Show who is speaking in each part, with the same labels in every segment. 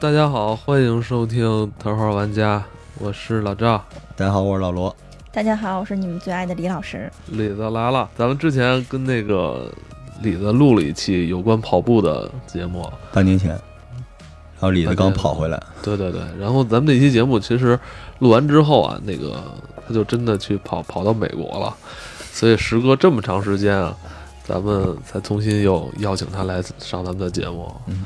Speaker 1: 大家好，欢迎收听《头号玩家》，我是老赵，
Speaker 2: 大家好，我是老罗。
Speaker 3: 大家好，我是你们最爱的李老师。
Speaker 1: 李子来了。咱们之前跟那个李子录了一期有关跑步的节目，
Speaker 2: 半年前，然后李子刚跑回来，
Speaker 1: 对对对。然后咱们那期节目其实录完之后啊，那个他就真的去跑跑到美国了，所以时隔这么长时间啊，咱们才重新又邀请他来上咱们的节目。
Speaker 2: 嗯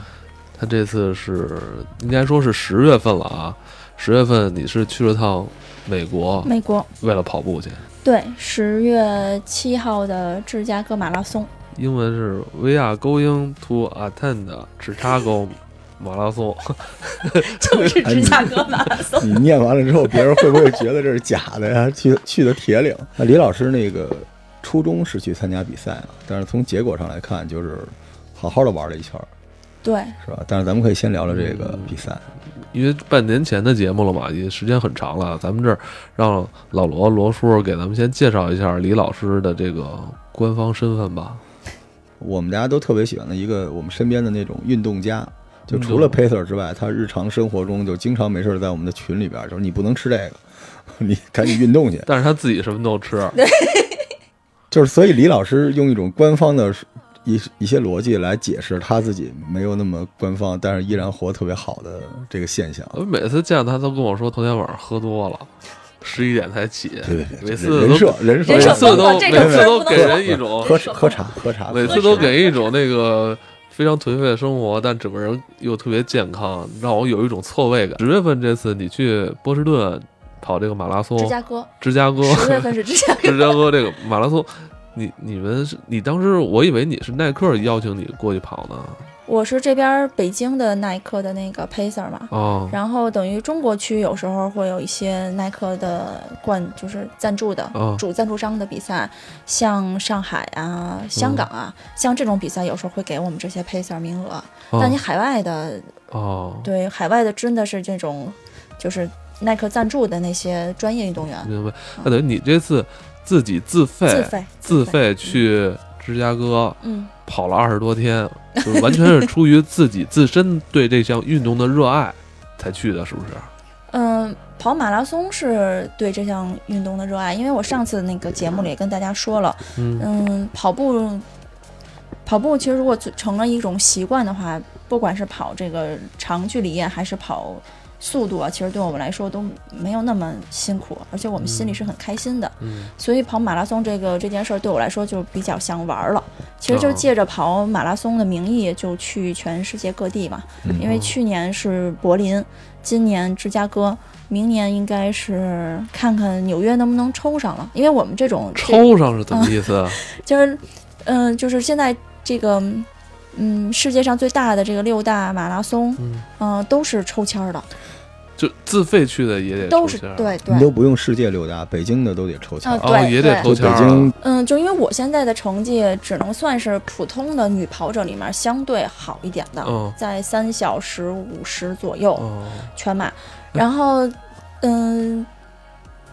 Speaker 1: 他这次是应该说是十月份了啊，十月份你是去了趟美国，
Speaker 3: 美国
Speaker 1: 为了跑步去，
Speaker 3: 对十月七号的芝加哥马 拉松，
Speaker 1: 英文是 We are going to attend Chicago 马拉松。
Speaker 3: 就是芝加哥马拉松。
Speaker 2: 你念完了之后，别人会不会觉得这是假的 呀？去去的铁岭。那李老师那个初衷是去参加比赛啊，但是从结果上来看，就是好好的玩了一圈儿，
Speaker 3: 对，
Speaker 2: 是吧？但是咱们可以先聊聊这个比赛。
Speaker 1: 因为半年前的节目了嘛，也时间很长了。咱们这儿让老罗罗叔给咱们先介绍一下李老师的这个官方身份吧。
Speaker 2: 我们大家都特别喜欢的一个我们身边的那种运动家，就除了 Pacer 之外，他日常生活中就经常没事儿在我们的群里边儿，就是你不能吃这个， 你赶紧运动去。
Speaker 1: 但是他自己什么都吃，
Speaker 2: 就是所以李老师用一种官方的一一些逻辑来解释他自己没有那么官方，但是依然活得特别好的这个现象。
Speaker 1: 我每次见他都跟我说头天晚上喝多了，十一点才起，
Speaker 2: 对
Speaker 1: 每
Speaker 2: 对
Speaker 1: 次
Speaker 2: 对，
Speaker 1: 都
Speaker 2: 人设人设
Speaker 1: 每
Speaker 3: 人设
Speaker 1: 次
Speaker 3: 崩
Speaker 1: 都
Speaker 3: 了
Speaker 1: 每
Speaker 3: 这种
Speaker 1: 次
Speaker 3: 词儿
Speaker 1: 都
Speaker 3: 不能
Speaker 1: 给
Speaker 3: 说
Speaker 1: 人一种
Speaker 2: 喝喝茶喝
Speaker 3: 啊
Speaker 2: 茶，
Speaker 1: 每次都给一种那个非常颓废的生活，但整个人又特别健康，让我有一种错位感。十月份这次你去波士顿跑这个马拉松，
Speaker 3: 芝加哥
Speaker 1: 芝加哥，
Speaker 3: 十月份是芝加哥。
Speaker 1: 芝加哥这个马拉松，你你们是你当时我以为你是耐克邀请你过去跑呢，
Speaker 3: 我是这边北京的耐克的那个 Pacer 嘛，
Speaker 1: 哦，
Speaker 3: 然后等于中国区有时候会有一些耐克的冠，就是赞助的、
Speaker 1: 哦
Speaker 3: 主赞助商的比赛，像上海啊、
Speaker 1: 嗯
Speaker 3: 香港啊，像这种比赛有时候会给我们这些 Pacer 名额。但你
Speaker 1: 哦，
Speaker 3: 海外的
Speaker 1: 哦，
Speaker 3: 对，海外的真的是这种，就是耐克赞助的那些专业运动员，
Speaker 1: 明白。那等于你这次自己自费
Speaker 3: 自费
Speaker 1: 自费去芝加哥
Speaker 3: 嗯，
Speaker 1: 跑了二十多天，就是完全是出于自己自身对这项运动的热爱才去的，是不是？
Speaker 3: 嗯，跑马拉松是对这项运动的热爱，因为我上次那个节目里也跟大家说了，
Speaker 1: 嗯
Speaker 3: 嗯，跑步，跑步其实如果成了一种习惯的话，不管是跑这个长距离啊，还是跑速度啊，其实对我们来说都没有那么辛苦，而且我们心里是很开心的。
Speaker 1: 嗯，
Speaker 3: 所以跑马拉松这个这件事儿对我来说就比较像玩儿了，其实
Speaker 1: 哦
Speaker 3: 就是借着跑马拉松的名义就去全世界各地嘛，
Speaker 2: 嗯
Speaker 3: 因为去年是柏林，今年芝加哥，明年应该是看看纽约能不能抽上了，因为我们这种这
Speaker 1: 抽上是怎么意思啊？
Speaker 3: 就是，嗯、就是现在这个，嗯，世界上最大的这个六大马拉松，
Speaker 1: 嗯，
Speaker 3: 嗯、都是抽签儿的，
Speaker 1: 就自费去的也得
Speaker 3: 都
Speaker 1: 抽
Speaker 3: 是
Speaker 1: 签儿，
Speaker 3: 对
Speaker 2: 你都
Speaker 3: 对，
Speaker 2: 不用世界六大，北京的都得抽签儿
Speaker 3: 啊。
Speaker 1: 哦，
Speaker 3: 对
Speaker 1: 也得
Speaker 3: 对
Speaker 1: 抽
Speaker 2: 就
Speaker 1: 签儿
Speaker 2: 北
Speaker 1: 啊。
Speaker 2: 京
Speaker 3: 嗯，就因为我现在的成绩只能算是普通的女跑者里面相对好一点的，
Speaker 1: 嗯
Speaker 3: 在三小时五十左右
Speaker 1: 哦，
Speaker 3: 全马，然后，嗯，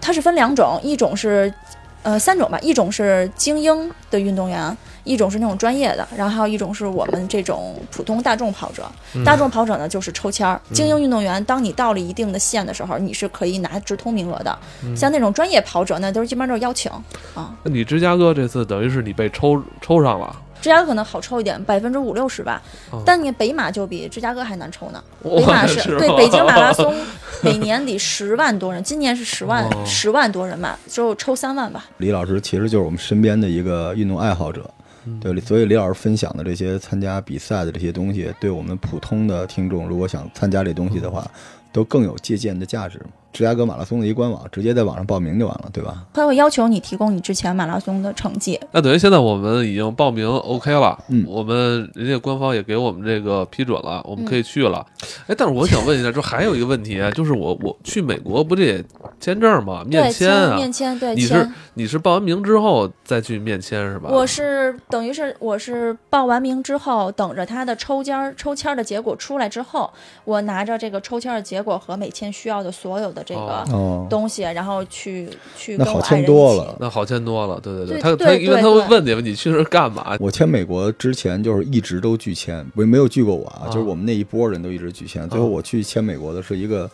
Speaker 3: 它是分两种，一种是。呃，三种吧，一种是精英的运动员，啊一种是那种专业的，然后还有一种是我们这种普通大众跑者。
Speaker 1: 嗯
Speaker 3: 大众跑者呢就是抽签儿，
Speaker 1: 嗯
Speaker 3: 精英运动员，当你到了一定的线的时候，你是可以拿直通名额的。
Speaker 1: 嗯
Speaker 3: 像那种专业跑者呢，都是基本上都是邀请啊。
Speaker 1: 那你芝加哥这次等于是你被抽抽上了，
Speaker 3: 芝加哥可能好抽一点，百分之五六十吧
Speaker 1: 哦。
Speaker 3: 但你北马就比芝加哥还难抽呢。
Speaker 1: 北
Speaker 3: 北马是对北京马 拉松
Speaker 1: 哦，
Speaker 3: 每年得十万多人，今年是十万
Speaker 1: 哦
Speaker 3: 十万多人嘛，只有抽三万吧。
Speaker 2: 李老师其实就是我们身边的一个运动爱好者，对，所以李老师分享的这些参加比赛的这些东西，对我们普通的听众，如果想参加这东西的话，都更有借鉴的价值。芝加哥马拉松的一官网，直接在网上报名就完了，对吧？
Speaker 3: 他会要求你提供你之前马拉松的成绩，
Speaker 1: 那等于现在我们已经报名 OK 了，
Speaker 2: 嗯
Speaker 1: 我们人家官方也给我们这个批准了，我们
Speaker 3: 嗯
Speaker 1: 可以去了。哎，但是我想问一下，就还有一个问题啊，就是我我去美国不得签证吗？面
Speaker 3: 对
Speaker 1: 签啊，
Speaker 3: 面签对
Speaker 1: 你
Speaker 3: 签
Speaker 1: 是。你是报完名之后再去面签是吧？
Speaker 3: 我是等于是我是报完名之后，等着他的抽签儿抽签儿的结果出来之后，我拿着这个抽签儿的结果和美签需要的所有的这个
Speaker 2: 哦，
Speaker 3: 东西，然后去去
Speaker 2: 那
Speaker 3: 跟我
Speaker 2: 好
Speaker 3: 爱
Speaker 2: 签
Speaker 3: 人一
Speaker 2: 多
Speaker 3: 起。
Speaker 2: 了。
Speaker 1: 那好签多了，对对
Speaker 3: 对
Speaker 1: 他
Speaker 3: 对
Speaker 1: 他因为
Speaker 3: 对
Speaker 1: 他会
Speaker 3: 对
Speaker 1: 问你们你去那儿干嘛？
Speaker 2: 我签美国之前就是一直都拒签，没没有拒过我啊，
Speaker 1: 啊
Speaker 2: 就是我们那一波人都一直拒签。最后
Speaker 1: 啊
Speaker 2: 我去签美国的是一个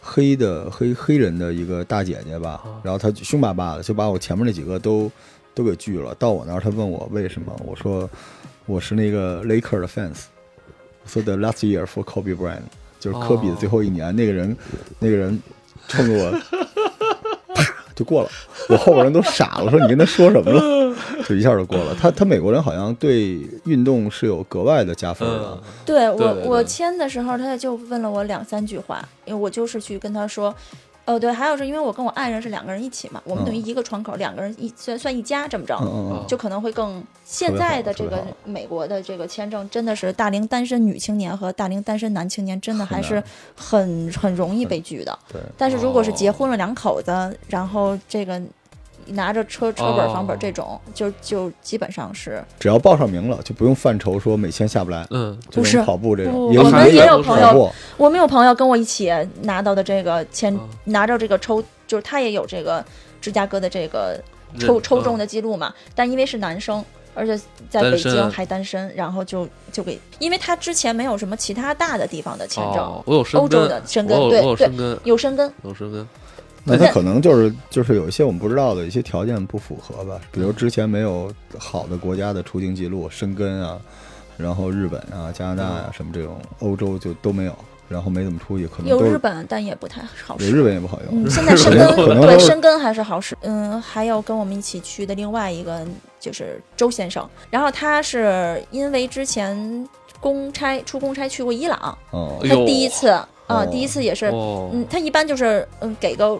Speaker 2: 黑的黑黑人的一个大姐姐吧
Speaker 1: 啊，
Speaker 2: 然后她凶巴巴的就把我前面那几个都都给拒了。到我那儿，她问我为什么，我说我是那个 Laker 的 fans，我说 the last year for Kobe Bryant，就是科比的
Speaker 1: 哦
Speaker 2: 最后一年，那个人那个人冲着 我就过了。我后边人都傻了，说你跟他说什么了？就一下就过了。他他美国人好像对运动是有格外的加分的
Speaker 1: 嗯，，
Speaker 3: 对我
Speaker 1: 对对
Speaker 3: 我
Speaker 1: 对
Speaker 3: 签的时候，他就问了我两三句话，因为我就是去跟他说。哦，对，还有是因为我跟我爱人是两个人一起嘛，我们等于一个窗口，两个人一算算一家这么着，
Speaker 2: 嗯嗯嗯，
Speaker 3: 就可能会更现在的这
Speaker 2: 特别
Speaker 3: 个
Speaker 2: 好
Speaker 3: 美国的这个签证真的是大龄单身女青年和大龄单身男青年真的还是很很容易被拒的。
Speaker 2: 对，
Speaker 3: 但是如果是结
Speaker 1: 哦
Speaker 3: 婚了两口子，然后这个拿着车车本房本
Speaker 2: 哦
Speaker 3: 这种，就就基本上是
Speaker 2: 只要报上名了，就不用犯愁说每天下不来，
Speaker 1: 嗯，
Speaker 2: 就
Speaker 3: 不
Speaker 2: 是
Speaker 3: 是哦
Speaker 2: 跑步这种，
Speaker 3: 不
Speaker 2: 有
Speaker 1: 我们
Speaker 2: 女的
Speaker 1: 也有
Speaker 2: 跑
Speaker 1: 朋友
Speaker 2: 步，
Speaker 3: 我们有朋友跟我一起拿到的这个签，
Speaker 1: 嗯
Speaker 3: 拿着这个抽，就是他也有这个芝加哥的这个抽抽中
Speaker 1: 的
Speaker 3: 的记录嘛，但因为是男生，而且在
Speaker 1: 啊单
Speaker 3: 北
Speaker 1: 身
Speaker 3: 京还单身，然后就就给，因为他之前没有什么其他大的地方的签证，
Speaker 1: 哦，我有
Speaker 3: 欧
Speaker 1: 深
Speaker 3: 洲
Speaker 1: 根
Speaker 3: 的，申
Speaker 1: 我
Speaker 3: 根，
Speaker 1: 有我有
Speaker 3: 对对，
Speaker 1: 深根，
Speaker 3: 有申根，
Speaker 1: 我有深根，
Speaker 2: 那他
Speaker 3: 但
Speaker 2: 可能就是就是有一些我们不知道的一些条件不符合吧，比如之前没有好的国家的出境记录，申根啊，然后日本啊、加拿大啊什么这种，欧洲就都没有，然后没怎么出去，可能
Speaker 3: 有
Speaker 2: 都
Speaker 3: 日
Speaker 2: 是
Speaker 3: 本，但也不太好
Speaker 2: 有
Speaker 3: 使。
Speaker 2: 日本也不好用，
Speaker 3: 嗯，现在申根
Speaker 2: 可能都
Speaker 3: 对
Speaker 2: 是
Speaker 3: 申根还是好使。嗯，还有跟我们一起去的另外一个就是周先生，然后他是因为之前公差出公差去过伊朗，
Speaker 2: 哦
Speaker 1: 哎
Speaker 3: 他
Speaker 1: 呦
Speaker 3: 第一次啊、
Speaker 2: 哦
Speaker 3: 第一次也是，
Speaker 1: 哦，
Speaker 3: 嗯，他一般就是嗯给个，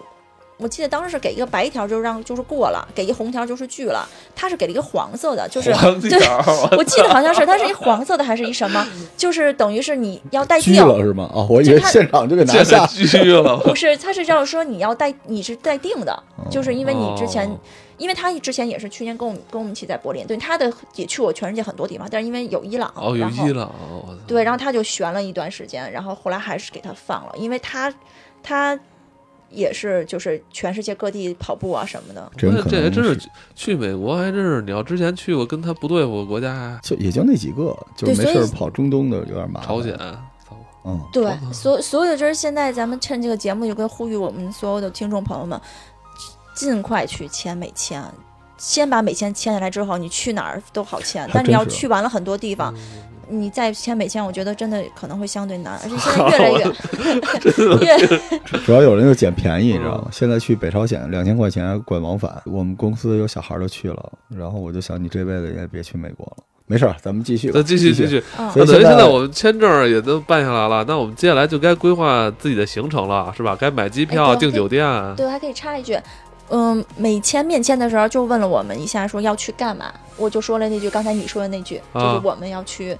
Speaker 3: 我记得当时是给一个白条，就让就是过了，给一红条就是拒了，他是给了一个黄色的，就是
Speaker 1: 黄
Speaker 3: 对。
Speaker 1: 点儿，我
Speaker 3: 我记得好像是，它是一黄色的还是一什么？就是等于是你要待
Speaker 2: 拘
Speaker 3: 定，
Speaker 2: 了是吗？啊，我以
Speaker 3: 就
Speaker 2: 为
Speaker 3: 他
Speaker 2: 现场就给拿
Speaker 1: 见
Speaker 2: 下
Speaker 1: 着。狙了，
Speaker 3: 不是，他是这样说，你要待，你是待定的，就是因为你之前
Speaker 1: 哦，
Speaker 3: 因为他之前也是去年跟我们跟我们一起在柏林，对他的也去过全世界很多地方，但是因为有伊朗，
Speaker 1: 哦，有
Speaker 3: 然后
Speaker 1: 伊朗，哦我操
Speaker 3: 对，然后他就悬了一段时间，然后后来还是给他放了，因为他他也是就是全世界各地跑步啊什么的，
Speaker 2: 真可
Speaker 1: 这还
Speaker 2: 能
Speaker 1: 真是去去美国，还真是你要之前去过跟他不对付的国家，还
Speaker 2: 就也就那几个，就是没
Speaker 3: 对
Speaker 2: 事
Speaker 3: 所以
Speaker 2: 儿跑中东的有点麻烦。
Speaker 1: 朝鲜，啊操
Speaker 2: 嗯，
Speaker 1: 哦
Speaker 3: 对，所所有就是现在咱们趁这个节目，就跟呼吁我们所有的听众朋友们，尽快去签美签，先把美签签下来之后，你去哪儿都好签。但
Speaker 2: 真
Speaker 3: 你要
Speaker 2: 是
Speaker 3: 去完了很多地方，
Speaker 1: 嗯
Speaker 3: 你再签美签，我觉得真的可能会相对难，而且现在越来
Speaker 1: 啊
Speaker 3: 越越
Speaker 2: 主要有人就捡便宜，你知道吗
Speaker 1: 嗯？
Speaker 2: 现在去北朝鲜两千块钱管往返，我们公司有小孩儿都去了，然后我就想你这辈子也别去美国了。没事儿，咱们继续吧，
Speaker 1: 那继续继续，
Speaker 3: 嗯
Speaker 1: 那
Speaker 2: 所以
Speaker 1: 等于现
Speaker 2: 现在
Speaker 1: 在我们签证儿也都办下来了，那我们接下来就该规划自己的行程了，是吧？该买机票、
Speaker 3: 哎对
Speaker 1: 订酒店。啊
Speaker 3: 对，还可以插一句，嗯，美签面签的时候就问了我们一下，说要去干嘛，我就说了那句刚才你说的那句，
Speaker 1: 啊
Speaker 3: 就是我们要去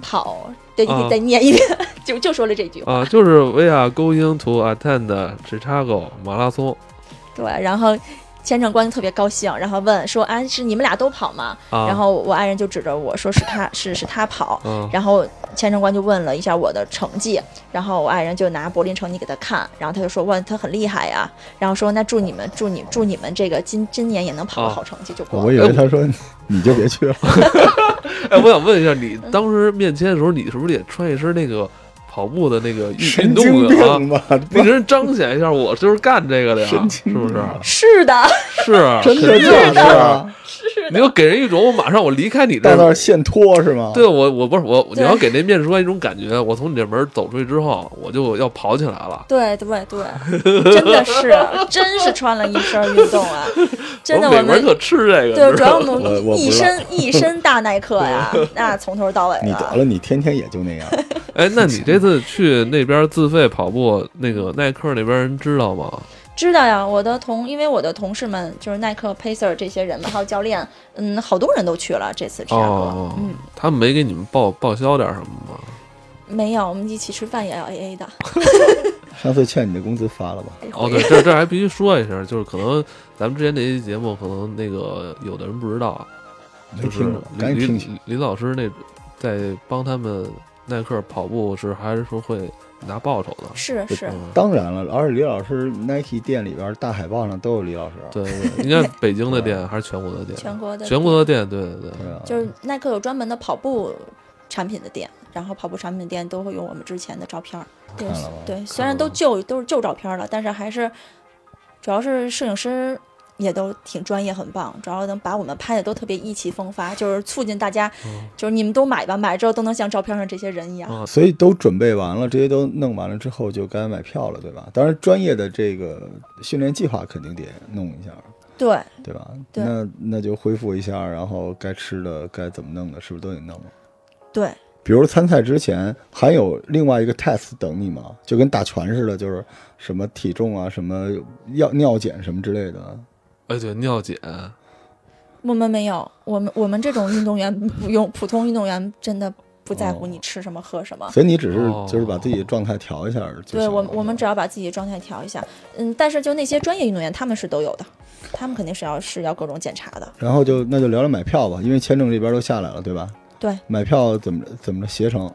Speaker 3: 跑，对，
Speaker 1: 啊
Speaker 3: 你再念一遍， 就就说了这句话。
Speaker 1: 啊，就是 we are going to attend Chicago 马拉松
Speaker 3: 对，然后签证官特别高兴，然后问说：“啊，是你们俩都跑吗？”
Speaker 1: 啊，
Speaker 3: 然后我爱人就指着我说：“是他，是是他跑。
Speaker 1: 嗯”
Speaker 3: 然后签证官就问了一下我的成绩，然后我爱人就拿柏林成绩给他看，然后他就说：“哇，他很厉害呀！”然后说：“那祝你们，祝你，祝你们这个今今年也能跑个
Speaker 1: 哦
Speaker 3: 好成绩就过了。
Speaker 2: 我以为他说你就别去了，
Speaker 1: 哎，我想问一下，你
Speaker 3: 嗯
Speaker 1: 当时面签的时候，你是不是也穿一身那个跑步的那个 运运
Speaker 2: 神
Speaker 1: 动
Speaker 2: 经
Speaker 1: 的啊？
Speaker 2: 病吧？
Speaker 1: 那真彰显一下，我就是干这个的呀，
Speaker 2: 神
Speaker 1: 是
Speaker 2: 经
Speaker 1: 不是
Speaker 2: 病？啊
Speaker 3: 是的，
Speaker 1: 是，啊
Speaker 2: 真的
Speaker 1: 肯定
Speaker 2: 假的
Speaker 1: 是。
Speaker 2: 啊？
Speaker 1: 你要给人一种我马上我离开你这
Speaker 2: 到
Speaker 1: 儿
Speaker 2: 那儿现脱是吗？
Speaker 1: 对，我，我不是我，你
Speaker 3: 对
Speaker 1: 要给那面试官一种感觉，我从你这门走出去之后，我就要跑起来了。
Speaker 3: 对对对，真的 是，真是穿了一身运动啊！真的，
Speaker 1: 我
Speaker 3: 我
Speaker 1: 们美国人
Speaker 3: 们
Speaker 1: 可吃这个，
Speaker 3: 对，
Speaker 1: 你知
Speaker 3: 主
Speaker 1: 道
Speaker 3: 要
Speaker 1: 吗
Speaker 3: 我
Speaker 2: 我我
Speaker 3: 们
Speaker 2: 不
Speaker 3: 一
Speaker 2: 知道
Speaker 3: 身一身大耐克呀，那从头到尾
Speaker 2: 你得了，你天天也就那 样。
Speaker 1: 哎，那你这次去那边自费跑步，那个耐克那边人知道吗？
Speaker 3: 知道呀，我的同因为我的同事们就是耐克、Pacer 这些人嘛，还有教练，嗯，好多人都去了这次芝加哥。
Speaker 1: 哦
Speaker 3: 嗯，
Speaker 1: 他们没给你们报报销点什么吗？
Speaker 3: 没有，我们一起吃饭也要 AA 的。
Speaker 2: 上次欠你的工资发了吧？
Speaker 1: 哦，对，这这还必须说一声，就是可能咱们之前那期节目，可能那个有的人不知道啊，
Speaker 2: 没
Speaker 1: 就是
Speaker 2: 听过，赶紧
Speaker 1: 林
Speaker 2: 听听。
Speaker 1: 林林老师那在帮他们耐克跑步时，还是说会拿报酬的。嗯
Speaker 3: 是是，
Speaker 2: 当然了，而且李老师 Nike 店里边大海报上都有李老师。
Speaker 1: 对，对应该是北京的店还是全国的店？
Speaker 3: 全国的
Speaker 1: 全国的店，对对对。
Speaker 2: 对啊，
Speaker 3: 就是耐克有专门的跑步产品的店，然后跑步产品店都会有我们之前的照片儿。对
Speaker 2: 看了吧
Speaker 3: 对，虽然都旧都是旧照片了，但是还是主要是摄影师也都挺专业，很棒，主要能把我们拍的都特别意气风发，就是促进大家，
Speaker 2: 嗯
Speaker 3: 就是你们都买吧，买之后都能像照片上这些人一样。
Speaker 1: 啊，
Speaker 2: 所以都准备完了，这些都弄完了之后，就该买票了，对吧？当然，专业的这个训练计划肯定得弄一下，
Speaker 3: 对，
Speaker 2: 对吧？
Speaker 3: 对
Speaker 2: 那那就恢复一下，然后该吃的、该怎么弄的，是不是都得弄了？
Speaker 3: 对，
Speaker 2: 比如参赛之前还有另外一个 test 等你吗？就跟打拳似的，就是什么体重啊、什么尿尿检什么之类的。
Speaker 3: 哦
Speaker 1: 哎对，尿检，
Speaker 3: 啊我们没有，我们我们这种运动员不用，普通运动员真的不在乎
Speaker 2: 哦
Speaker 3: 你吃什么喝什么。
Speaker 2: 所以你只是
Speaker 1: 哦
Speaker 2: 就是把自己的状态调一下就行了。
Speaker 3: 对我，我们只要把自己状态调一下，嗯，但是就那些专业运动员，他们是都有的，他们肯定是要是要各种检查的。
Speaker 2: 然后就那就聊聊买票吧，因为签证这边都下来了，对吧？
Speaker 3: 对，
Speaker 2: 买票怎么怎么着携程？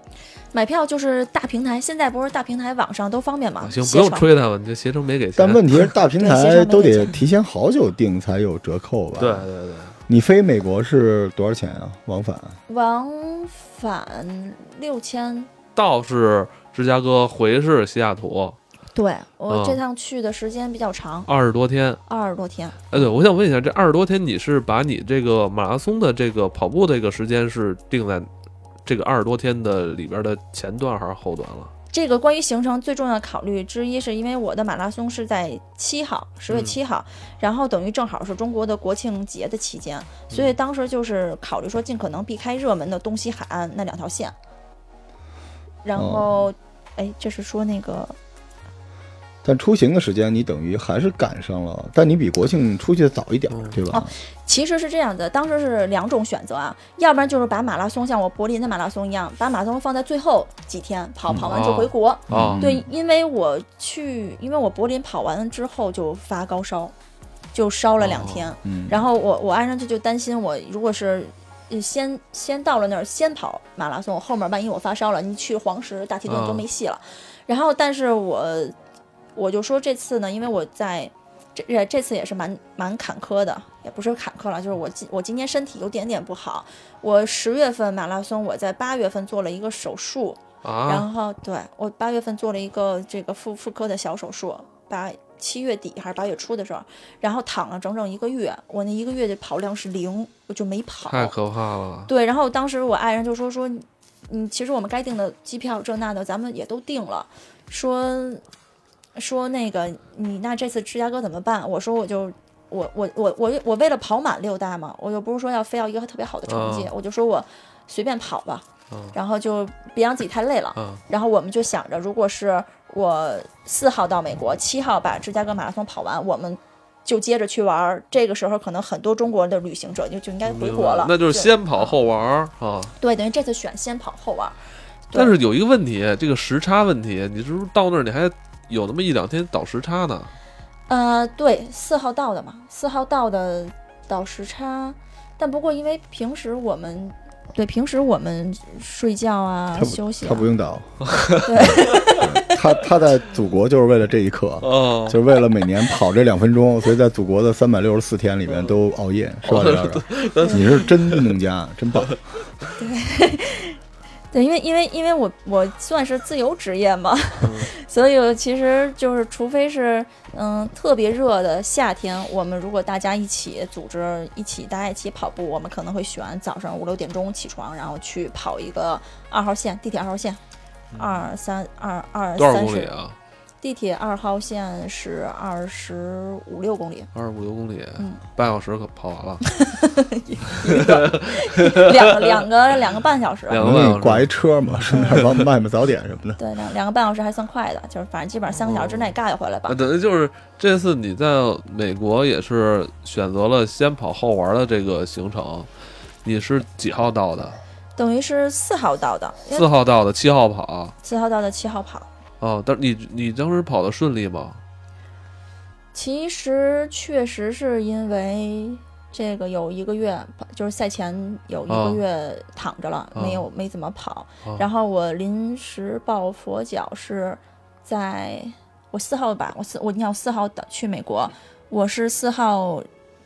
Speaker 3: 买票就是大平台，现在不是大平台网上都方便
Speaker 1: 啊
Speaker 3: 嘛？
Speaker 1: 行，
Speaker 3: 携
Speaker 1: 不用
Speaker 3: 程
Speaker 1: 吹他们，这携程没给钱。
Speaker 2: 但问题是，大平
Speaker 3: 对
Speaker 2: 台
Speaker 3: 线上
Speaker 2: 都
Speaker 3: 没
Speaker 2: 得
Speaker 3: 有
Speaker 2: 提前好久订才有折扣吧？
Speaker 1: 对，对对，
Speaker 2: 你飞美国是多少钱啊？往返？
Speaker 3: 往返六千。
Speaker 1: 到是芝加哥，回是西雅图，
Speaker 3: 对我
Speaker 1: 嗯
Speaker 3: 这趟去的时间比较长，
Speaker 1: 二十多天。
Speaker 3: 二十多天。
Speaker 1: 哎，对，我想问一下，这二十多天你是把你这个马拉松的这个跑步的这个时间是定在这个二十多天的里边的前段还是后段了？
Speaker 3: 这个关于行程最重要的考虑之一，是因为我的马拉松是在七号，十月
Speaker 1: 嗯
Speaker 3: 七号，然后等于正好是中国的国庆节的期间，所
Speaker 1: 嗯
Speaker 3: 以当时就是考虑说尽可能避开热门的东西海岸那两条线。然
Speaker 1: 哦
Speaker 3: 后，哎，这是说那个
Speaker 2: 但出行的时间你等于还是赶上了，但你比国庆出去的早一点儿，
Speaker 1: 嗯
Speaker 2: 对
Speaker 3: 哦
Speaker 2: 吧？
Speaker 3: 其实是这样的，当时是两种选择啊，要不然就是把马拉松像我柏林的马拉松一样，把马拉松放在最后几天跑，跑完就回国。
Speaker 1: 哦，
Speaker 3: 对，因为我去，因为我柏林跑完之后就发高烧，就烧了两天。
Speaker 2: 嗯，
Speaker 3: 然后我我按上去就担心我如果是呃先先到了那儿先跑马拉松，后面万一我发烧了，你去黄石、大提顿
Speaker 1: 啊
Speaker 3: 都没戏了。然后，但是我我就说这次呢，因为我在这这这次也是蛮蛮坎坷的，也不是坎坷了，就是我今我今年身体有点点不好，我十月份马拉松，我在八月份做了一个手术，
Speaker 1: 啊，
Speaker 3: 然后对我八月份做了一个这个妇妇科的小手术，八七月底还是八月初的时候，然后躺了整整一个月，我那一个月的跑量是零，我就没跑。
Speaker 1: 太可怕了。
Speaker 3: 对，然后当时我爱人就说说，嗯，其实我们该订的机票这那的咱们也都订了，说说那个你那这次芝加哥怎么办？我说我就。我我我我我为了跑满六大嘛，我又不是说要非要一个特别好的成绩，
Speaker 1: 嗯
Speaker 3: 我就说我随便跑吧，
Speaker 1: 嗯
Speaker 3: 然后就别让自己太累了。
Speaker 1: 啊，
Speaker 3: 然后我们就想着，如果是我四号到美国，七号把芝加哥马拉松跑完，我们就接着去玩儿。这个时候，可能很多中国的旅行者就就应该回
Speaker 1: 明白
Speaker 3: 国了。
Speaker 1: 那就是先跑后玩儿啊。
Speaker 3: 对，等于这次选先跑后玩儿。对
Speaker 1: 但是有一个问题，这个时差问题，你是不是到那儿你还有那么一两天倒时差呢？
Speaker 3: 呃，对，四号到的嘛，四号到的倒时差，但不过因为平时我们。对，平时我们睡觉啊
Speaker 2: 他，不
Speaker 3: 休息、啊，
Speaker 2: 他不 用倒，
Speaker 3: 对
Speaker 2: 他他在祖国就是为了这一刻，
Speaker 1: 哦，
Speaker 2: 就是为了每年跑这两 分钟，所以在祖国的三百六十四天里面
Speaker 1: 嗯
Speaker 2: 都熬夜，是
Speaker 1: 哦
Speaker 2: 吧？李 老师你是真运动家，真棒。
Speaker 3: 对，因为因为因为我我算是自由职业嘛， 所以我其实就是，除非是嗯特别热的夏天，我们如果大家一起组织一起大家一起跑步，我们可能会选早上五六点钟起床，然后去跑一个二号线地铁二号线，二三二二
Speaker 1: 多少
Speaker 3: 三
Speaker 1: 公里
Speaker 3: 十，
Speaker 1: 啊？
Speaker 3: 地铁二号线是二十五六公里，
Speaker 1: 二十五六公里
Speaker 3: 嗯，
Speaker 1: 半小时可跑完 了。
Speaker 3: 两个两个两个半小时。
Speaker 1: 两个
Speaker 2: 能
Speaker 1: 半
Speaker 2: 给
Speaker 1: 小
Speaker 2: 你
Speaker 1: 时
Speaker 2: 挂一车嘛，顺便帮卖卖早点什么的。
Speaker 3: 对，两两个半小时还算快的，就是反正基本上三个小时之内盖回来吧
Speaker 1: 啊，。等于就是这次你在美国也是选择了先跑后玩的这个行程，你是几号到的？
Speaker 3: 等于是四号到的，因为
Speaker 1: 四号到的，七号跑。啊
Speaker 3: 四号到的七号跑。
Speaker 1: 哦，但是你你当时跑的顺利吗？
Speaker 3: 其实确实是因为这个有一个月，就是赛前有一个月躺着了，
Speaker 1: 啊
Speaker 3: 没有没怎么跑。
Speaker 1: 啊
Speaker 3: 然后我临时抱佛脚是在我四号吧，我四我你想四号的去美国，我是四号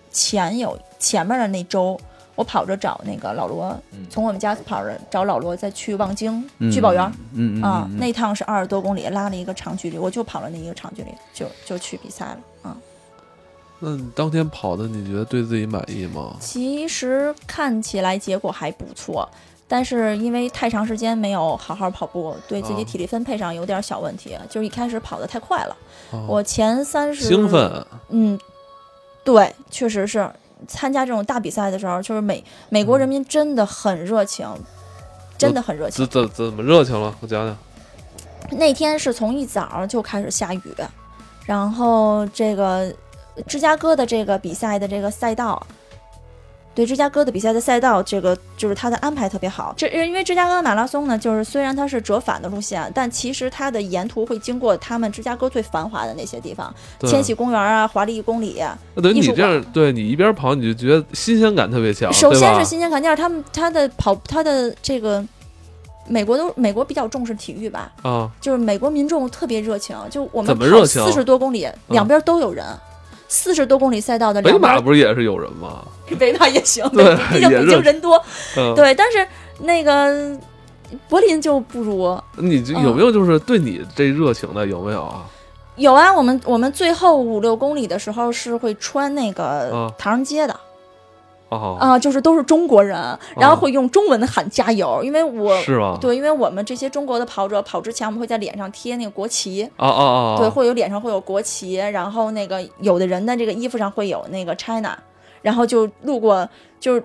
Speaker 3: 前有前面的那周，我跑着找那个老罗，
Speaker 2: 嗯
Speaker 3: 从我们家跑着找老罗，再去望京
Speaker 2: 嗯
Speaker 3: 聚宝园。，
Speaker 2: 嗯嗯
Speaker 3: 啊，
Speaker 2: 嗯
Speaker 3: 那趟是二十多公里，拉了一个长距离，我就跑了那一个长距离，就就去比赛了。啊，
Speaker 1: 那你当天跑的，你觉得对自己满意吗？
Speaker 3: 其实看起来结果还不错，但是因为太长时间没有好好跑步，对自己
Speaker 1: 啊
Speaker 3: 体力分配上有点小问题，就是一开始跑得太快了。
Speaker 1: 啊
Speaker 3: 我前三十
Speaker 1: 兴奋，
Speaker 3: 嗯，对，确实是参加这种大比赛的时候，就是美美国人民真的很热情，真的很热情
Speaker 1: 怎。怎怎么热情了？我讲讲。
Speaker 3: 那天是从一早就开始下雨，然后这个芝加哥的这个比赛的这个赛道。对芝加哥的比赛的赛道，这个就是它的安排特别好。这因为芝加哥马拉松呢，就是虽然它是折返的路线，但其实它的沿途会经过他们芝加哥最繁华的那些地方，
Speaker 1: 对
Speaker 3: 千禧公园啊、华丽公里啊、
Speaker 1: 那等于
Speaker 3: 艺
Speaker 1: 你
Speaker 3: 术
Speaker 1: 这样，对你一边跑，你就觉得新鲜感特别强，
Speaker 3: 首
Speaker 1: 对
Speaker 3: 先
Speaker 1: 吧
Speaker 3: 是新鲜感，第二他们他的跑他的这个美国都美国比较重视体育吧，
Speaker 1: 啊，
Speaker 3: 就是美国民众特别热情，就我
Speaker 1: 怎
Speaker 3: 们
Speaker 1: 么热情嗯
Speaker 3: 四十多公里，两边都有人。四十多公里赛道的
Speaker 1: 北
Speaker 3: 两边
Speaker 1: 马不是也是有人吗？
Speaker 3: 北马也行，
Speaker 1: 哎对
Speaker 3: 毕竟
Speaker 1: 也
Speaker 3: 北
Speaker 1: 热
Speaker 3: 京人多，
Speaker 1: 嗯，
Speaker 3: 对，但是那个柏林就不如。
Speaker 1: 你
Speaker 3: 嗯
Speaker 1: 这有没有就是对你这热情的有没有啊？
Speaker 3: 有啊，我们我们最后五六公里的时候是会穿那个
Speaker 1: 啊
Speaker 3: 唐人街的，
Speaker 1: 哦，
Speaker 3: 啊、就是都是中国人，然后会用中文喊加油，因为我
Speaker 1: 是吗？
Speaker 3: 对，因为我们这些中国的跑者跑之前，我们会在脸上贴那个国旗，
Speaker 1: 哦，哦哦哦，
Speaker 3: 对，会有脸上会有国旗，然后那个有的人的这个衣服上会有那个 China，然后就路过，就是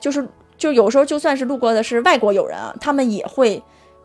Speaker 3: 就是就有时候就算是路过的是外国友人，啊，他们也会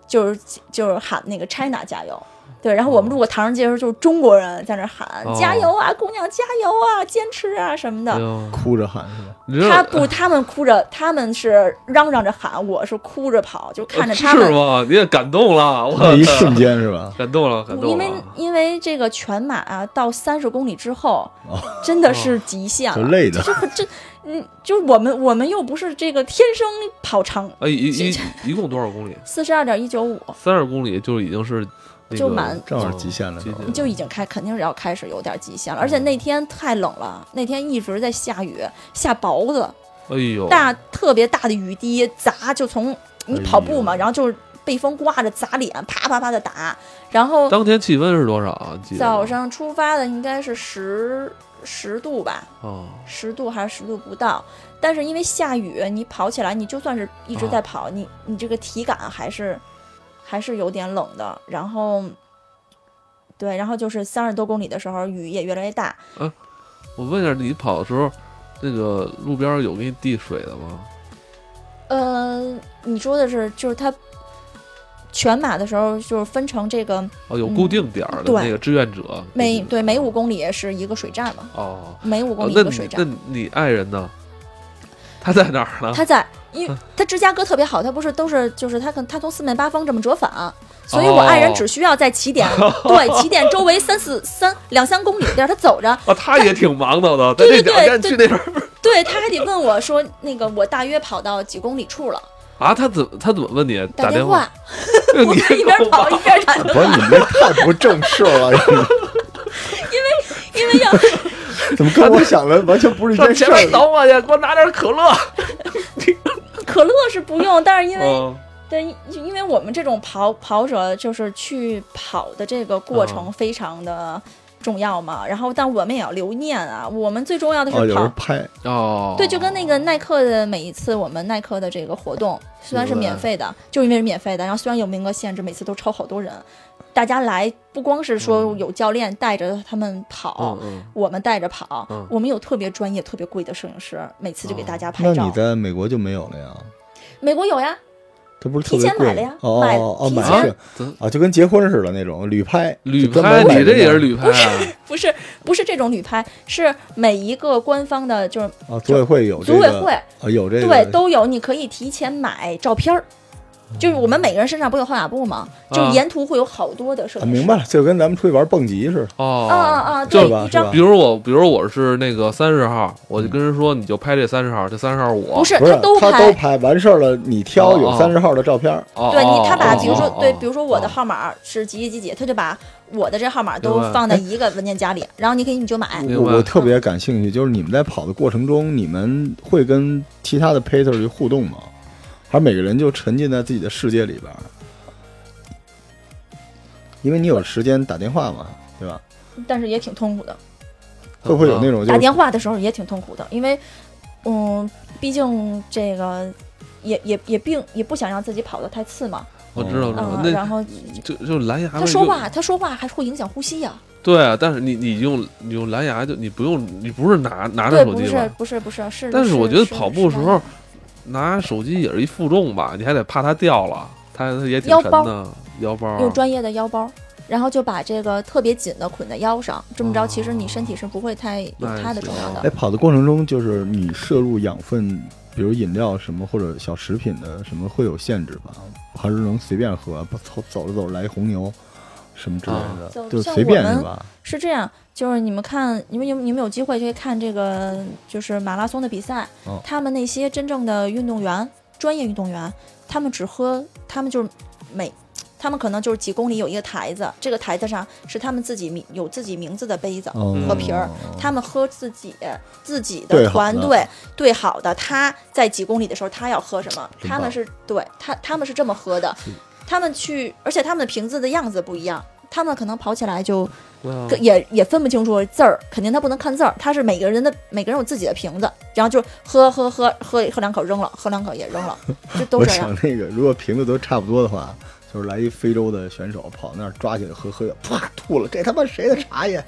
Speaker 3: 就是就是喊那个 China 加油。对，然后
Speaker 1: 哦
Speaker 3: 我们路过唐人街的时候，就是中国人在那喊、加油啊，姑娘加油啊，坚持啊什么的。
Speaker 1: 哎呦
Speaker 2: 哭着喊 是吧？
Speaker 1: 你知道
Speaker 3: 他不，他们哭着，他们是嚷嚷着喊，我是哭着跑，就看着他
Speaker 1: 是
Speaker 3: 们。
Speaker 1: 吗？你也感动了，我
Speaker 2: 那一
Speaker 1: 操
Speaker 2: 瞬间是吧？
Speaker 1: 感动了，感
Speaker 3: 嗯因
Speaker 1: 动
Speaker 3: 为
Speaker 1: 了。
Speaker 3: 因为这个全马啊，到三十公里之后
Speaker 2: 哦，
Speaker 3: 真的是极限
Speaker 2: 就
Speaker 3: 了。
Speaker 2: 累的，
Speaker 3: 这不这，嗯，就是我们我们又不是这个天生跑长，
Speaker 1: 哎，一一一共多少公里？
Speaker 3: 四十二点一九五
Speaker 2: 嗯
Speaker 1: 三十公里就已经是那个
Speaker 3: 就满
Speaker 2: 正好极限了
Speaker 1: 极限
Speaker 2: 都
Speaker 3: 就已经开，肯定是要开始有点极限了。而且那天太冷了，那天一直在下雨，下雹子，
Speaker 2: 哦
Speaker 1: 哎呦，
Speaker 3: 大特别大的雨滴砸，就从你
Speaker 2: 哎
Speaker 3: 跑步嘛，
Speaker 2: 呦
Speaker 3: 然后就是被风刮着砸脸，啪啪啪的打，然后
Speaker 1: 当天气温是多少啊？记得吗
Speaker 3: 早上出发的应该是十十度吧，
Speaker 1: 啊，
Speaker 3: 十度还是十度不到。但是因为下雨，你跑起来，你就算是一
Speaker 1: 啊
Speaker 3: 直在跑，你你这个体感还是还是有点冷的。然后，对，然后就是三十多公里的时候，雨也越来越大。
Speaker 1: 我问一下，你跑的时候，那个路边有给你递水的吗？
Speaker 3: 呃，你说的是就是它全马的时候，就是分成这个
Speaker 1: 哦，有固定点儿的
Speaker 3: 嗯对
Speaker 1: 那个志愿者给你
Speaker 3: 每
Speaker 1: 们，
Speaker 3: 对每五公里是一个水站嘛，
Speaker 1: 哦，
Speaker 3: 每五
Speaker 1: 哦
Speaker 3: 公里
Speaker 1: 那
Speaker 3: 一个水
Speaker 1: 你
Speaker 3: 站
Speaker 1: 那。你爱人呢？他在哪儿呢？
Speaker 3: 他在，因为
Speaker 1: 啊
Speaker 3: 他芝加哥特别好，他不是都是就是他可他从四面八方这么折返，所以我爱人只需要在起点、对起点周围三四三两三公里地儿，他走着，
Speaker 1: 啊，他也挺忙叨的，在
Speaker 3: 对
Speaker 1: 这
Speaker 3: 对
Speaker 1: 两天
Speaker 3: 对
Speaker 1: 去那边儿
Speaker 3: 对他还得问我说那个我大约跑到几公里处了，
Speaker 1: 啊，他怎么他怎么问你
Speaker 3: 打
Speaker 1: 打
Speaker 3: 电
Speaker 1: 话？，哎
Speaker 3: 我
Speaker 1: 你
Speaker 3: 一边跑一边打电
Speaker 2: 不是
Speaker 3: 话，
Speaker 2: 你们这太不正式了，
Speaker 3: 因为要
Speaker 2: 怎么跟我想的完全不是一
Speaker 1: 上
Speaker 2: 件事
Speaker 1: 前
Speaker 2: 儿啊
Speaker 1: 面？等我去，给我拿点可乐。
Speaker 3: 可乐是不用，但是因为、
Speaker 1: 嗯，
Speaker 3: 对，因因为我们这种跑跑者就是去跑的这个过程非常的重要嘛，然后但我们也要留念啊，我们最重要的
Speaker 2: 哦，
Speaker 3: 是
Speaker 2: 有
Speaker 3: 跑。
Speaker 2: 人拍，
Speaker 1: 哦，
Speaker 3: 对，就跟那个耐克的每一次我们耐克的这个活动，虽然是免费的，就因为是免费的，然后虽然有名额限制，每次都超好多人，大家来不光是说有教练带着他们跑，
Speaker 1: 嗯嗯，
Speaker 3: 我们带着跑，
Speaker 1: 嗯
Speaker 3: 我们有特别专业、特别贵的摄影师，每次就给大家
Speaker 2: 那
Speaker 3: 拍照。
Speaker 2: 你在美国就没有了呀？
Speaker 3: 美国有呀，
Speaker 2: 这不是特别
Speaker 3: 提前
Speaker 2: 贵
Speaker 3: 买了呀
Speaker 2: 哦
Speaker 3: 买
Speaker 2: 哦哦，
Speaker 3: 提
Speaker 2: 买
Speaker 3: 前
Speaker 2: 是
Speaker 1: 咱
Speaker 2: 啊，就跟结婚似的那种旅拍，
Speaker 1: 旅
Speaker 2: 就专
Speaker 1: 拍，
Speaker 2: 门买
Speaker 1: 你这
Speaker 2: 那
Speaker 1: 也是
Speaker 2: 种
Speaker 1: 旅拍啊？
Speaker 3: 不是不是这种旅拍，是每一个官方的，就是
Speaker 2: 啊？组委会有这个
Speaker 3: 组委会
Speaker 2: 啊，有这个
Speaker 3: 对都有，你可以提前买照片儿。就是我们每个人身上不有号码布吗？就是
Speaker 1: 啊
Speaker 3: 沿途会有好多的设
Speaker 2: 啊，
Speaker 3: 计师。
Speaker 2: 明白了，就跟咱们出去玩蹦极似的，
Speaker 3: 啊啊
Speaker 1: 哦，
Speaker 3: 啊！
Speaker 1: 就
Speaker 3: 对，
Speaker 2: 是吧
Speaker 3: 一张
Speaker 2: 是
Speaker 1: 比如我，比如我是那个三十号，我就跟人说，你就拍这三十号，这三十号我
Speaker 3: 不是
Speaker 2: 不是
Speaker 3: 都
Speaker 2: 他
Speaker 3: 拍。
Speaker 2: 拍，完事儿了你挑
Speaker 1: 哦
Speaker 2: 有三十号的照片儿，
Speaker 1: 哦
Speaker 3: 对
Speaker 1: 哦
Speaker 3: 你，他把
Speaker 1: 哦
Speaker 3: 比如说
Speaker 1: 哦
Speaker 3: 对
Speaker 1: 哦，
Speaker 3: 比如说我的
Speaker 1: 哦
Speaker 3: 号码是几几几几，他就把我的这号码
Speaker 1: 明
Speaker 3: 都
Speaker 1: 白
Speaker 3: 放在一个文件夹里，然后你可以你就买。
Speaker 1: 明
Speaker 2: 我
Speaker 1: 白
Speaker 2: 我特别感兴趣，就是你们在跑的过程中，你们会跟其他的 pacer 去互动吗？还是每个人就沉浸在自己的世界里边儿？因为你有时间打电话嘛，对吧？
Speaker 3: 但是也挺痛苦的，
Speaker 2: 会不
Speaker 1: 嗯
Speaker 2: 会有那种就
Speaker 3: 打
Speaker 2: 是
Speaker 3: 电话的时候也挺痛苦的，因为嗯，毕竟这个也也也并也不想让自己跑得太次嘛，
Speaker 1: 我知道，知道
Speaker 3: 啊，
Speaker 1: 哦嗯那
Speaker 3: 然后
Speaker 1: 就就蓝牙嘛
Speaker 3: 他说
Speaker 1: 就
Speaker 3: 话他说话还会影响呼吸呀、
Speaker 1: 对啊，但是你你用你用蓝牙就你不用你不是拿拿着
Speaker 3: 对，
Speaker 1: 手
Speaker 3: 不
Speaker 1: 机
Speaker 3: 是
Speaker 1: 吧？
Speaker 3: 不是不是是，
Speaker 1: 但
Speaker 3: 是
Speaker 1: 我觉得
Speaker 3: 是
Speaker 1: 跑步
Speaker 3: 是
Speaker 1: 时
Speaker 3: 吧
Speaker 1: 候拿手机也是一负重吧，你还得怕它掉了，它它也挺
Speaker 3: 腰
Speaker 1: 沉
Speaker 3: 包
Speaker 1: 的，腰包
Speaker 2: 嗯
Speaker 1: 啊
Speaker 3: 用专业的腰包，然后就把这个特别紧的捆在腰上，这么着其
Speaker 2: 哦
Speaker 3: 实你身体是不会太有
Speaker 1: 那也
Speaker 3: 它的
Speaker 1: 行
Speaker 3: 重要
Speaker 2: 在
Speaker 3: 的。
Speaker 2: 哎跑的过程中，就是你摄入养分，比如饮料什么或者小食品的什么会有限制吧？还是能随便喝？不走走着走着来一红牛什么之类的，
Speaker 3: 就
Speaker 2: 就
Speaker 3: 像
Speaker 2: 随便
Speaker 3: 我
Speaker 2: 是
Speaker 3: 们
Speaker 2: 吧？
Speaker 3: 是这样，就是你们看，你们有你们有机会去看这个就是马拉松的比赛
Speaker 2: 哦，
Speaker 3: 他们那些真正的运动员，专业运动员，他们只喝，他们就是每。他们可能就是几公里有一个台子，这个台子上是他们自己名有自己名字的杯子，
Speaker 2: 哦
Speaker 1: 和
Speaker 3: 瓶儿，他们喝自己自己
Speaker 2: 对
Speaker 3: 的
Speaker 2: 好
Speaker 3: 团
Speaker 2: 的
Speaker 3: 队对好的，他在几公里的时候他要喝什么，
Speaker 2: 真
Speaker 3: 他们
Speaker 2: 棒
Speaker 3: 是对他他们是这么喝的
Speaker 2: 是，
Speaker 3: 他们去，而且他们的瓶子的样子不一样。他们可能跑起来就
Speaker 1: 啊
Speaker 3: 跟也也分不清楚字儿，肯定他不能看字儿，他是每个人的每个人有自己的瓶子，然后就喝喝喝喝喝两口扔了，喝两口也扔了，就都
Speaker 2: 我
Speaker 3: 这
Speaker 2: 想
Speaker 3: 样。
Speaker 2: 那个，如果瓶子都差不多的话，就是来一非洲的选手跑那儿抓起来喝，喝啪吐了，这他妈谁的茶叶？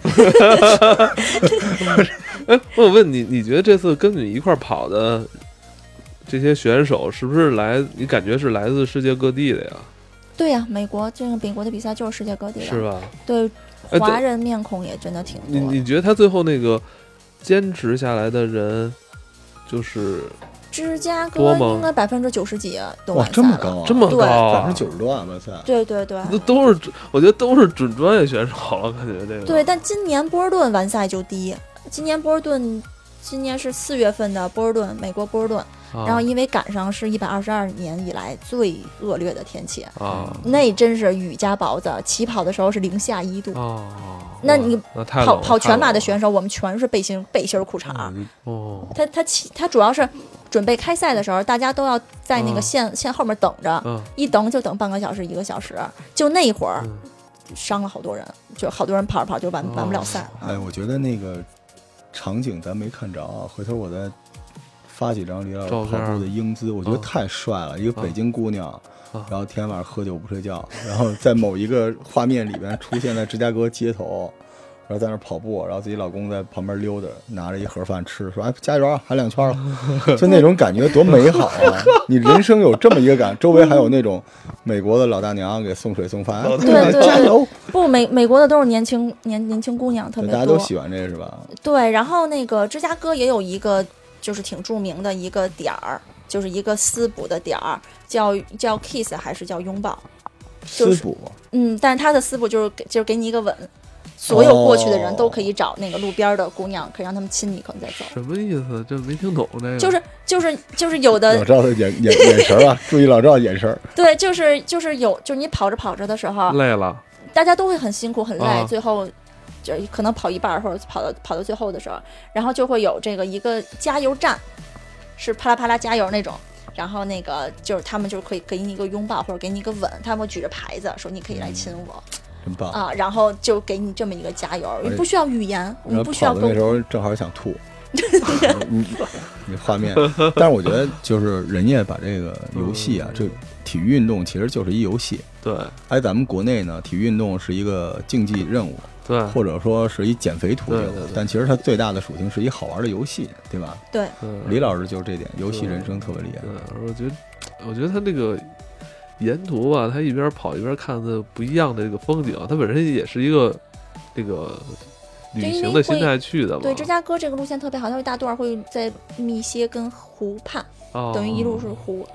Speaker 1: 哎，我有问你，你觉得这次跟你一块儿跑的这些选手，是不是来？你感觉是来自世界各地的呀？
Speaker 3: 对呀、美国这个美国的比赛就是世界各地
Speaker 1: 是
Speaker 3: 的，
Speaker 1: 吧？
Speaker 3: 对
Speaker 1: 哎
Speaker 3: 华
Speaker 1: 对
Speaker 3: 人面孔也真的挺
Speaker 1: 你
Speaker 3: 多的。啊
Speaker 1: 你觉得他最后那个坚持下来的人，就是
Speaker 3: 芝加哥
Speaker 1: 多吗
Speaker 3: 应该百分之九十几都
Speaker 2: 哇
Speaker 3: 完，赛
Speaker 2: 这么
Speaker 3: 了
Speaker 2: 高啊！
Speaker 1: 这么高、
Speaker 3: 对
Speaker 2: 百
Speaker 1: 啊
Speaker 2: 分之？九十多啊！哇塞，
Speaker 3: 对对对
Speaker 1: 那都是准，我觉得都是准专业选手了，感觉这个。
Speaker 3: 对，但今年波尔顿完赛就低，今年波尔顿。今年是四月份的波尔顿，美国波尔顿，
Speaker 1: 啊，
Speaker 3: 然后因为赶上是一百二十二年以来最恶劣的天气，
Speaker 1: 啊
Speaker 3: 那真是雨夹雹子，起跑的时候是零下一度。
Speaker 1: 哦，
Speaker 3: 嗯那
Speaker 1: 哇
Speaker 3: 你
Speaker 1: 那太
Speaker 3: 跑
Speaker 1: 冷了
Speaker 3: 跑
Speaker 1: 太
Speaker 3: 全马
Speaker 1: 冷
Speaker 3: 的
Speaker 1: 了
Speaker 3: 选手，我们全是背心、背心儿、裤衩儿。
Speaker 1: 哦，
Speaker 3: 他他起他主要是准备开赛的时候，大家都要在那个
Speaker 1: 嗯
Speaker 3: 线、线后面等着，
Speaker 1: 嗯
Speaker 3: 一等就等半个小时、一个小时，就那一会儿
Speaker 1: 嗯
Speaker 3: 伤了好多人，就好多人跑着跑着就完完不了赛
Speaker 1: 哦
Speaker 3: 了。
Speaker 2: 哎，我觉得那个场景咱没看着啊，回头我再发几张李老师
Speaker 1: 照
Speaker 2: 跑
Speaker 1: 片儿
Speaker 2: 步的英姿，我觉得
Speaker 1: 啊
Speaker 2: 太帅了，一个北京姑娘，
Speaker 1: 啊
Speaker 2: 然后天天晚上喝酒不睡觉，然后在某一个画面里边出现在芝加哥街头。然后在那儿跑步，然后自己老公在旁边溜达，拿着一盒饭吃，说：“哎，加油啊，还两 圈了。”就那种感觉多美好啊！你人生有这么一个感，周围还有那种美国的老大娘给送水送饭，哎
Speaker 3: 对对对
Speaker 2: 加油！
Speaker 3: 不，美美国的都是年轻年年轻姑娘特
Speaker 2: 对
Speaker 3: 别
Speaker 2: 大家
Speaker 3: 多
Speaker 2: 都。喜欢这个是吧？
Speaker 3: 对，然后那个芝加哥也有一个就是挺著名的一个点儿，就是一个私补的点儿，叫叫 kiss 还是叫拥抱？
Speaker 2: 私补，
Speaker 3: 嗯，但是他的私补就是给就是给你一个吻，所有过去的人都可
Speaker 2: 哦
Speaker 3: 以找那个路边儿的姑娘，可以让他们亲你一口再走。
Speaker 1: 什么意思？这没听懂这个。
Speaker 3: 就是就是就是有
Speaker 2: 老
Speaker 3: 的
Speaker 2: 赵的眼眼眼神儿啊，注意老赵眼神儿。
Speaker 3: 对，就是就是有，就是你跑着跑着的时候，
Speaker 1: 累了，
Speaker 3: 大家都会很辛苦很累，
Speaker 1: 啊
Speaker 3: 最后就可能跑一半儿或者跑到跑到最后的时候，然后就会有这个一个加油站，是啪啦啪啦加油那种。然后那个就是他们就是可以给你一个拥抱或者给你一个吻，他们会举着牌子说你可以来亲我、
Speaker 2: 真棒！
Speaker 3: 啊，然后就给你这么一个加油，
Speaker 2: 且
Speaker 3: 你不需要语言，
Speaker 2: 然
Speaker 3: 你
Speaker 2: 后
Speaker 3: 嗯不需要
Speaker 2: 跑的那
Speaker 3: 沟
Speaker 2: 时
Speaker 3: 通，
Speaker 2: 候正好想吐，你你画面。但是我觉得就是人家把这个游戏
Speaker 1: 嗯
Speaker 2: 啊，这体育运动其实就是一游戏。
Speaker 1: 对
Speaker 2: 哎，咱们国内呢，体育运动是一个竞技任务，
Speaker 1: 对，
Speaker 2: 或者说是一减肥途径
Speaker 1: 嗯对对对，
Speaker 2: 但其实它最大的属性是一好玩的游戏，对吧？
Speaker 3: 对，
Speaker 1: 嗯
Speaker 2: 李老师就是这点，游戏
Speaker 1: 对
Speaker 2: 人生特别厉害。
Speaker 1: 对，我觉得，我觉得他那个沿途吧，他一啊边跑一边看的不一样的这个风景，他本身也是一个这个旅行的心态去的嘛。
Speaker 3: 对，芝加哥这个路线特别好，它有一大段会在密歇根湖畔，
Speaker 2: 啊
Speaker 1: 哦
Speaker 3: 等于一路是湖。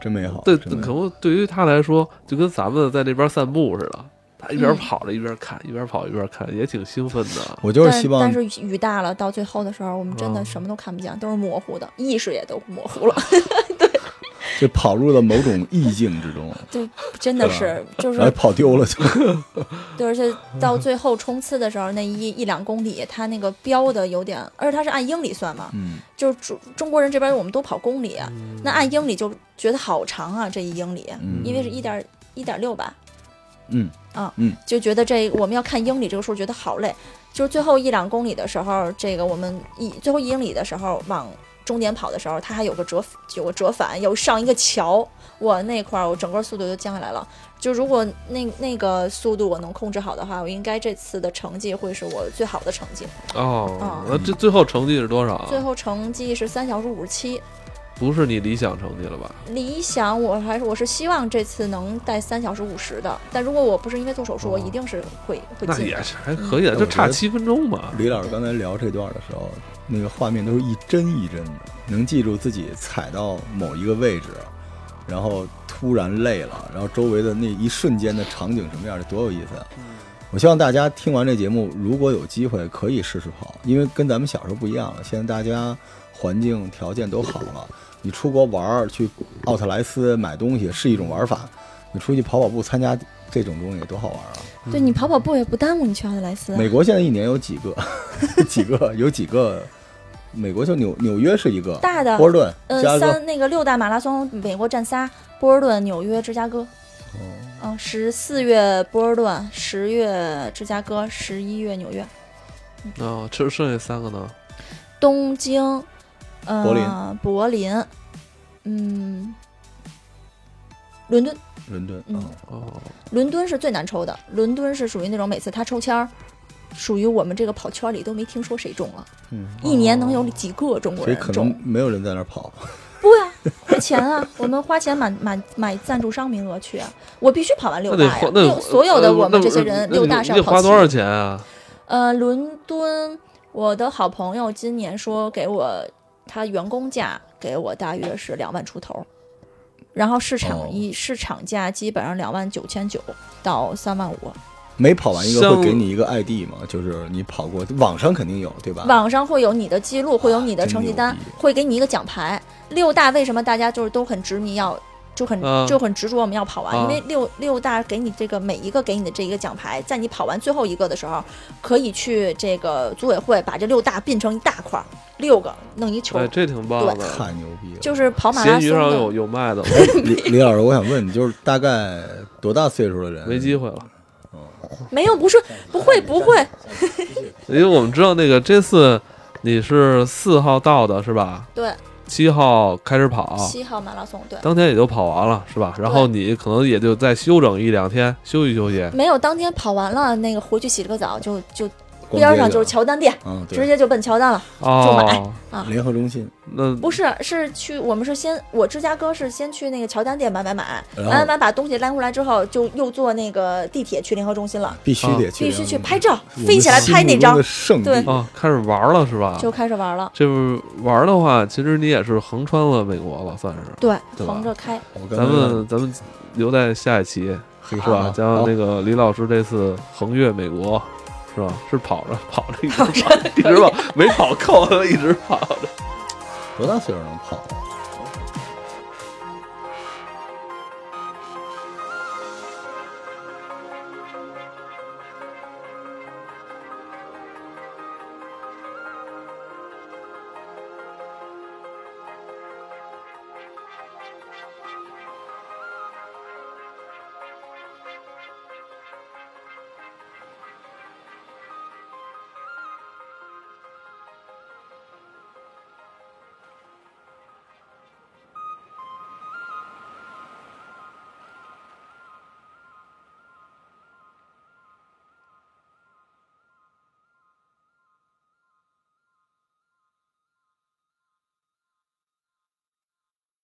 Speaker 2: 真美好。
Speaker 1: 对，
Speaker 2: 真美
Speaker 1: 可
Speaker 2: 好
Speaker 1: 能对于他来说，就跟咱们在那边散步似的，他一边
Speaker 3: 嗯
Speaker 1: 跑着一边看，一边跑一边看，也挺兴奋的。
Speaker 2: 我就是
Speaker 3: 但
Speaker 2: 希望啊
Speaker 3: 但是雨大了，到最后的时候，我们真的
Speaker 1: 嗯
Speaker 3: 什么都看不见，都是模糊的，意识也都模糊了。
Speaker 2: 就跑入了某种意境之中，啊
Speaker 3: 就真的
Speaker 2: 对
Speaker 3: 是，就是
Speaker 2: 然后跑丢了就。
Speaker 3: 对，而且到最后冲刺的时候，那一一两公里，它那个标的有点，而且它是按英里算嘛，
Speaker 2: 嗯，
Speaker 3: 就是中中国人这边我们都跑公里，那按英里就觉得好长啊，这一英里，
Speaker 2: 嗯
Speaker 3: 因为是一点一点六吧，
Speaker 2: 嗯，
Speaker 3: 就觉得这我们要看英里这个数，觉得好累。就是最后一两公里的时候，这个我们一最后一英里的时候往终点跑的时候，它还有个折有个折返，有上一个桥，我那块儿我整个速度就降下来了。就如果那那个速度我能控制好的话，我应该这次的成绩会是我最好的成绩。
Speaker 1: 哦
Speaker 3: 嗯，
Speaker 1: 那这最后成绩是多少啊？
Speaker 3: 最后成绩是三小时五十七，
Speaker 1: 不是你理想成绩了吧？
Speaker 3: 理想我还是我是希望这次能带三小时五十的，但如果我不是因为做手术，我一定是会会
Speaker 1: 那
Speaker 3: 进
Speaker 1: 也
Speaker 3: 的。
Speaker 1: 是还可以的，
Speaker 2: 嗯
Speaker 1: 就差七分钟嘛。
Speaker 2: 李老师刚才聊这段的时候，那个画面都是一帧一帧的，能记住自己踩到某一个位置，然后突然累了，然后周围的那一瞬间的场景什么样的，多有意思啊！我希望大家听完这节目，如果有机会可以试试跑，因为跟咱们小时候不一样了，现在大家环境条件都好了，你出国玩儿去奥特莱斯买东西是一种玩法，你出去跑跑步参加这种东西多好玩啊！
Speaker 3: 对你跑跑步也不耽误你去奥特莱斯啊。
Speaker 2: 美国现在一年有几个？ 几个？有几个？美国就纽纽约是一个，
Speaker 3: 大的
Speaker 2: 波士顿、芝加
Speaker 3: 呃，
Speaker 2: 哥，
Speaker 3: 三那个六大马拉松，美国占仨，波士顿、纽约、芝加哥。
Speaker 2: 哦
Speaker 3: 嗯，十四月波士顿，十月芝加哥，十一月纽约，嗯
Speaker 1: 啊，其实剩下三个呢，
Speaker 3: 东京，呃，
Speaker 2: 柏
Speaker 3: 柏
Speaker 2: 林
Speaker 3: 林，嗯，伦敦，
Speaker 2: 伦敦。
Speaker 3: 嗯
Speaker 2: 哦
Speaker 1: 哦，
Speaker 3: 伦敦是最难抽的，伦敦是属于那种每次他抽签儿。属于我们这个跑圈里都没听说谁中了，
Speaker 2: 嗯，
Speaker 1: 哦
Speaker 3: 一年能有几个中国
Speaker 2: 所以
Speaker 3: 人
Speaker 2: 可能
Speaker 3: 中？
Speaker 2: 没有人在那儿跑。
Speaker 3: 不呀、花钱啊！ 我们花钱买买买赞助商名额去啊！我必须跑完
Speaker 1: 那
Speaker 3: 六大
Speaker 1: 得
Speaker 3: 呀
Speaker 1: 花！那
Speaker 3: 六所有的我
Speaker 1: 那呃
Speaker 3: 们这些人
Speaker 1: 那
Speaker 3: 六大是
Speaker 1: 你得
Speaker 3: 要跑
Speaker 1: 花
Speaker 3: 齐
Speaker 1: 多少钱啊？
Speaker 3: 呃，伦敦，我的好朋友今年说给我他员工价给我大约是两万出头，然后市
Speaker 2: 哦
Speaker 3: 场一、市场价基本上两万九千九到三万五，
Speaker 2: 每跑完一个
Speaker 1: 像
Speaker 2: 会给你一个 ID 嘛，就是你跑过，网上肯定有，对吧？
Speaker 3: 网上会有你的记录，会有你的
Speaker 2: 啊真
Speaker 3: 成绩
Speaker 2: 牛
Speaker 3: 单
Speaker 2: 逼，
Speaker 3: 会给你一个奖牌。六大为什么大家就是都很执迷要？就很
Speaker 2: 嗯
Speaker 1: 啊
Speaker 3: 就很执着，我们要跑完，
Speaker 1: 啊
Speaker 3: 因为六六大给你这个每一个给你的这一个奖牌，在你跑完最后一个的时候，可以去这个组委会把这六大并成一大块儿，六个弄一球
Speaker 1: 哎，，这挺棒
Speaker 3: 对
Speaker 1: 的。
Speaker 2: 太牛逼了！
Speaker 3: 就是跑马拉
Speaker 1: 闲鱼
Speaker 3: 松
Speaker 1: 上
Speaker 3: 的
Speaker 1: 有有卖的吗，
Speaker 2: 李李老师，我想问你，就是大概多大岁数的人？
Speaker 1: 没机会了。
Speaker 3: 没有，不是不会不会，
Speaker 1: 因为我们知道那个这次你是四号到的是吧？
Speaker 3: 对，
Speaker 1: 七号开始
Speaker 2: 哦
Speaker 1: 跑，
Speaker 3: 七号马拉松对，
Speaker 1: 当天也就跑完了是吧？然后你可能也就再休整一两天，休息休息。
Speaker 3: 没有当天跑完了，那个回去洗了个澡，就就
Speaker 2: 逛街
Speaker 3: 边上就
Speaker 2: 的，
Speaker 3: 是乔丹店，
Speaker 2: 嗯，
Speaker 3: 直
Speaker 2: 对，
Speaker 3: 接就奔乔丹了。
Speaker 1: 哦，
Speaker 2: 联合中心，
Speaker 1: 那
Speaker 3: 不是，是去我们是先我芝加哥是先去那个乔丹店买买买，
Speaker 2: 然
Speaker 3: 买
Speaker 2: 后
Speaker 3: 买买把东西拉回来之后，就又坐那个地铁去联合中心了，
Speaker 2: 必须
Speaker 1: 啊
Speaker 2: 得去
Speaker 3: 必
Speaker 2: 联合中心，
Speaker 3: 须去拍照
Speaker 2: 我，们
Speaker 3: 飞起来拍
Speaker 2: 心
Speaker 3: 那
Speaker 2: 目中
Speaker 3: 张
Speaker 2: 的，圣地
Speaker 3: 对
Speaker 1: 哦，开始玩了是吧？
Speaker 3: 就开始玩了。
Speaker 1: 这玩儿的话，其实你也是横穿了美国了，算是。
Speaker 3: 对，
Speaker 1: 对吧
Speaker 3: 横着开，
Speaker 2: 我刚才
Speaker 1: 咱们咱们留在下一期
Speaker 2: 黑啊
Speaker 1: 是吧？
Speaker 2: 好
Speaker 1: 将那个李老师这次横越美国是吧？是跑着跑 着一直跑，一直跑，没跑够，一直跑着。
Speaker 2: 多大岁数能跑啊？